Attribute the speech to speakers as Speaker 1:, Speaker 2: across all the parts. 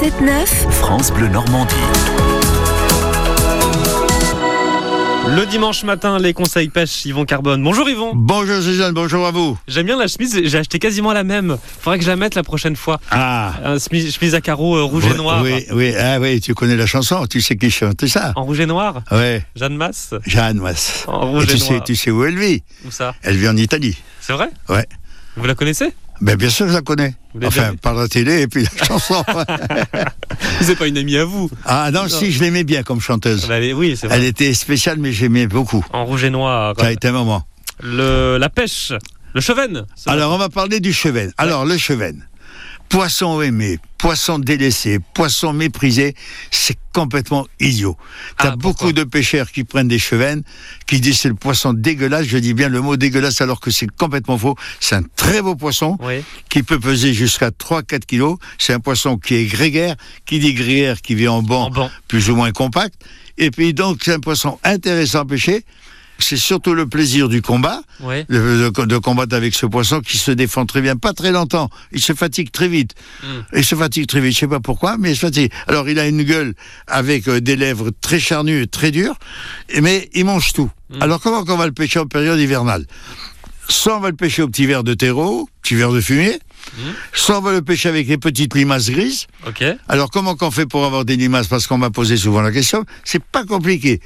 Speaker 1: 7-9.
Speaker 2: France Bleu Normandie.
Speaker 3: Le dimanche matin, les conseils pêche Yvon Carbone. Bonjour Yvon.
Speaker 4: Bonjour Suzanne, bonjour à vous.
Speaker 3: J'aime bien la chemise, j'ai acheté quasiment la même. Faudrait que je la mette la prochaine fois.
Speaker 4: Ah,
Speaker 3: Un chemise, chemise à carreaux euh, rouge et
Speaker 4: oui,
Speaker 3: noir.
Speaker 4: Oui, oui, ah oui, tu connais la chanson, tu sais qui chante ça.
Speaker 3: En rouge et noir
Speaker 4: Ouais,
Speaker 3: Jeanne Masse
Speaker 4: Jeanne Masse.
Speaker 3: En
Speaker 4: Et
Speaker 3: Ah. rouge et,
Speaker 4: tu sais,
Speaker 3: noir.
Speaker 4: tu sais où elle vit
Speaker 3: Où ça
Speaker 4: Elle vit en Italie.
Speaker 3: C'est vrai
Speaker 4: Ouais.
Speaker 3: Vous la connaissez
Speaker 4: Ben bien sûr, je la connais.
Speaker 3: Vous l'avez bien
Speaker 4: Enfin,
Speaker 3: vu
Speaker 4: par la télé et puis la chanson.
Speaker 3: C'est pas une amie à vous.
Speaker 4: ah non, si, je l'aimais bien comme chanteuse.
Speaker 3: Bah, allez, oui, c'est vrai.
Speaker 4: Elle était spéciale, mais j'aimais beaucoup.
Speaker 3: En rouge et noir.
Speaker 4: Ça a été un moment.
Speaker 3: Le, la pêche. Le chevenne. ce matin.
Speaker 4: Alors, on va parler du chevenne. Alors, le chevenne. Poisson aimé, poisson délaissé, poisson méprisé, c'est complètement idiot. T'as
Speaker 3: Ah, pourquoi
Speaker 4: beaucoup de pêcheurs qui prennent des chevennes, qui disent c'est le poisson dégueulasse. Je dis bien le mot dégueulasse alors que c'est complètement faux. C'est un très beau poisson
Speaker 3: Oui.
Speaker 4: qui peut peser jusqu'à 3-4 kilos. C'est un poisson qui est grégaire, qui dit grégaire, qui vit en banc,
Speaker 3: En banc.
Speaker 4: plus ou moins compact. Et puis donc, c'est un poisson intéressant à pêcher. C'est surtout le plaisir du combat
Speaker 3: Oui.
Speaker 4: de, de- de combattre avec ce poisson qui se défend très bien, pas très longtemps. Il se fatigue très vite.
Speaker 3: Mm.
Speaker 4: Il se fatigue très vite, je sais pas pourquoi, mais il se fatigue. Alors il a une gueule avec euh, des lèvres très charnues et très dures, et- mais il mange tout. Alors comment qu'on va le pêcher en période hivernale Soit on va le pêcher au petit verre de terreau, petit verre de fumier, soit on va le pêcher avec les petites limaces grises,
Speaker 3: Ok.
Speaker 4: alors comment qu'on fait pour avoir des limaces Parce qu'on m'a posé souvent la question. C'est pas compliqué.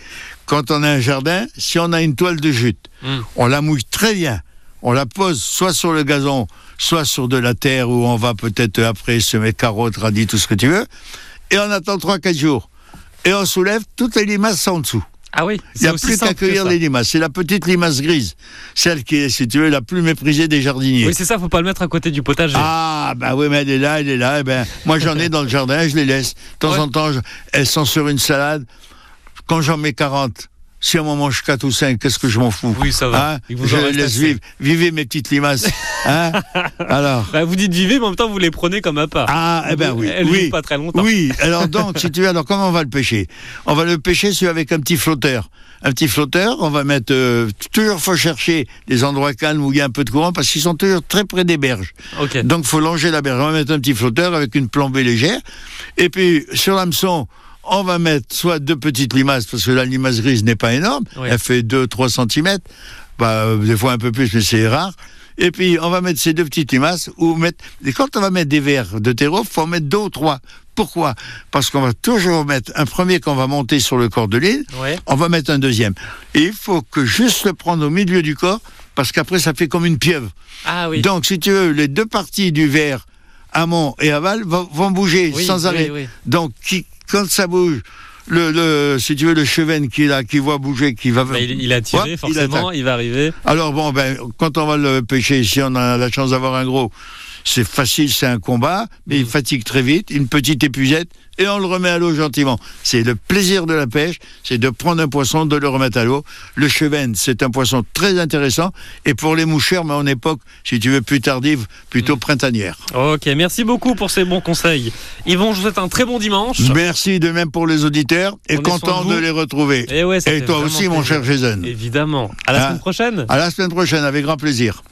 Speaker 4: Quand on a un jardin, si on a une toile de jute,
Speaker 3: Mm.
Speaker 4: on la mouille très bien. On la pose soit sur le gazon, soit sur de la terre où on va peut-être après semer carottes, radis, tout ce que tu veux. Et on attend 3-4 jours. Et on soulève, toutes les limaces sont en dessous.
Speaker 3: Ah oui.
Speaker 4: Il n'y
Speaker 3: c'est
Speaker 4: a
Speaker 3: aussi
Speaker 4: plus qu'à
Speaker 3: simple que
Speaker 4: cueillir
Speaker 3: ça.
Speaker 4: les limaces. C'est la petite limace grise. Celle qui est, si tu veux, la plus méprisée des jardiniers.
Speaker 3: Oui, c'est ça, faut pas le mettre à côté du potager.
Speaker 4: Ah, bah oui, mais elle est là, elle est là. Eh ben, moi, j'en ai dans le jardin, je les laisse. De temps
Speaker 3: Ouais.
Speaker 4: en temps, je- elles sont sur une salade. Quand j'en mets 40, si on m'en mange 4 ou 5, qu'est-ce que je m'en fous
Speaker 3: Oui, ça va.
Speaker 4: Hein
Speaker 3: Il vous
Speaker 4: Je
Speaker 3: en
Speaker 4: les
Speaker 3: reste
Speaker 4: laisse
Speaker 3: assez.
Speaker 4: vivre. Vivez mes petites limaces. Hein Alors.
Speaker 3: Bah, vous dites vivez, mais en même temps, vous les prenez comme à part.
Speaker 4: Ah, eh ben oui.
Speaker 3: Elles
Speaker 4: oui.
Speaker 3: vivent pas très longtemps.
Speaker 4: Oui, alors donc, si tu veux, alors comment on va le pêcher On va le pêcher celui avec un petit flotteur. Un petit flotteur, on va mettre, euh, toujours faut chercher des endroits calmes où il y a un peu de courant, parce qu'ils sont toujours très près des berges.
Speaker 3: Ok.
Speaker 4: Donc, faut longer la berge. On va mettre un petit flotteur avec une plombée légère. Et puis, sur l'hameçon, on va mettre soit deux petites limaces, parce que la limace grise n'est pas énorme.
Speaker 3: Oui.
Speaker 4: Elle fait 2-3 cm. Bah, euh, des fois un peu plus, mais c'est rare. Et puis, on va mettre ces deux petites limaces ou mettre, et quand on va mettre des verres de terreau, faut en mettre deux ou trois. Pourquoi? Parce qu'on va toujours mettre un premier qu'on va monter sur le corps de l'île.
Speaker 3: Ouais.
Speaker 4: On va mettre un deuxième. Et il faut que juste le prendre au milieu du corps, parce qu'après, ça fait comme une pieuvre.
Speaker 3: Ah oui.
Speaker 4: Donc, si tu veux, les deux parties du verre, amont et aval, vont, vont bouger
Speaker 3: Oui,
Speaker 4: sans
Speaker 3: oui,
Speaker 4: arrêt.
Speaker 3: oui.
Speaker 4: Donc, qui- quand ça bouge, le, le- si tu veux, le chevenne qui est là, qui voit bouger, qui va.
Speaker 3: Bah, il, il a
Speaker 4: Hop,
Speaker 3: tiré,
Speaker 4: il
Speaker 3: forcément,
Speaker 4: attaque.
Speaker 3: il, va arriver.
Speaker 4: Alors, bon, ben, quand on va le pêcher, si on a la chance d'avoir un gros, c'est facile, c'est un combat, mais
Speaker 3: Mm.
Speaker 4: il fatigue très vite, une petite épuisette, et on le remet à l'eau gentiment. C'est le plaisir de la pêche, c'est de prendre un poisson, de le remettre à l'eau. Le chevenne, c'est un poisson très intéressant, et pour les moucheurs, mais en époque, si tu veux, plus tardive,
Speaker 3: Mm.
Speaker 4: plutôt printanière.
Speaker 3: Ok, merci beaucoup pour ces bons conseils. Yvon, je vous souhaite un très bon dimanche.
Speaker 4: Merci de même pour les auditeurs et
Speaker 3: Prenez soin
Speaker 4: content
Speaker 3: de
Speaker 4: de,
Speaker 3: vous.
Speaker 4: les retrouver.
Speaker 3: Et, Eh ouais, ça
Speaker 4: Et
Speaker 3: fait
Speaker 4: toi
Speaker 3: vraiment
Speaker 4: aussi, mon
Speaker 3: plaisir.
Speaker 4: cher Jason.
Speaker 3: Évidemment. À la
Speaker 4: Hein
Speaker 3: semaine prochaine.
Speaker 4: À la semaine prochaine, avec grand plaisir.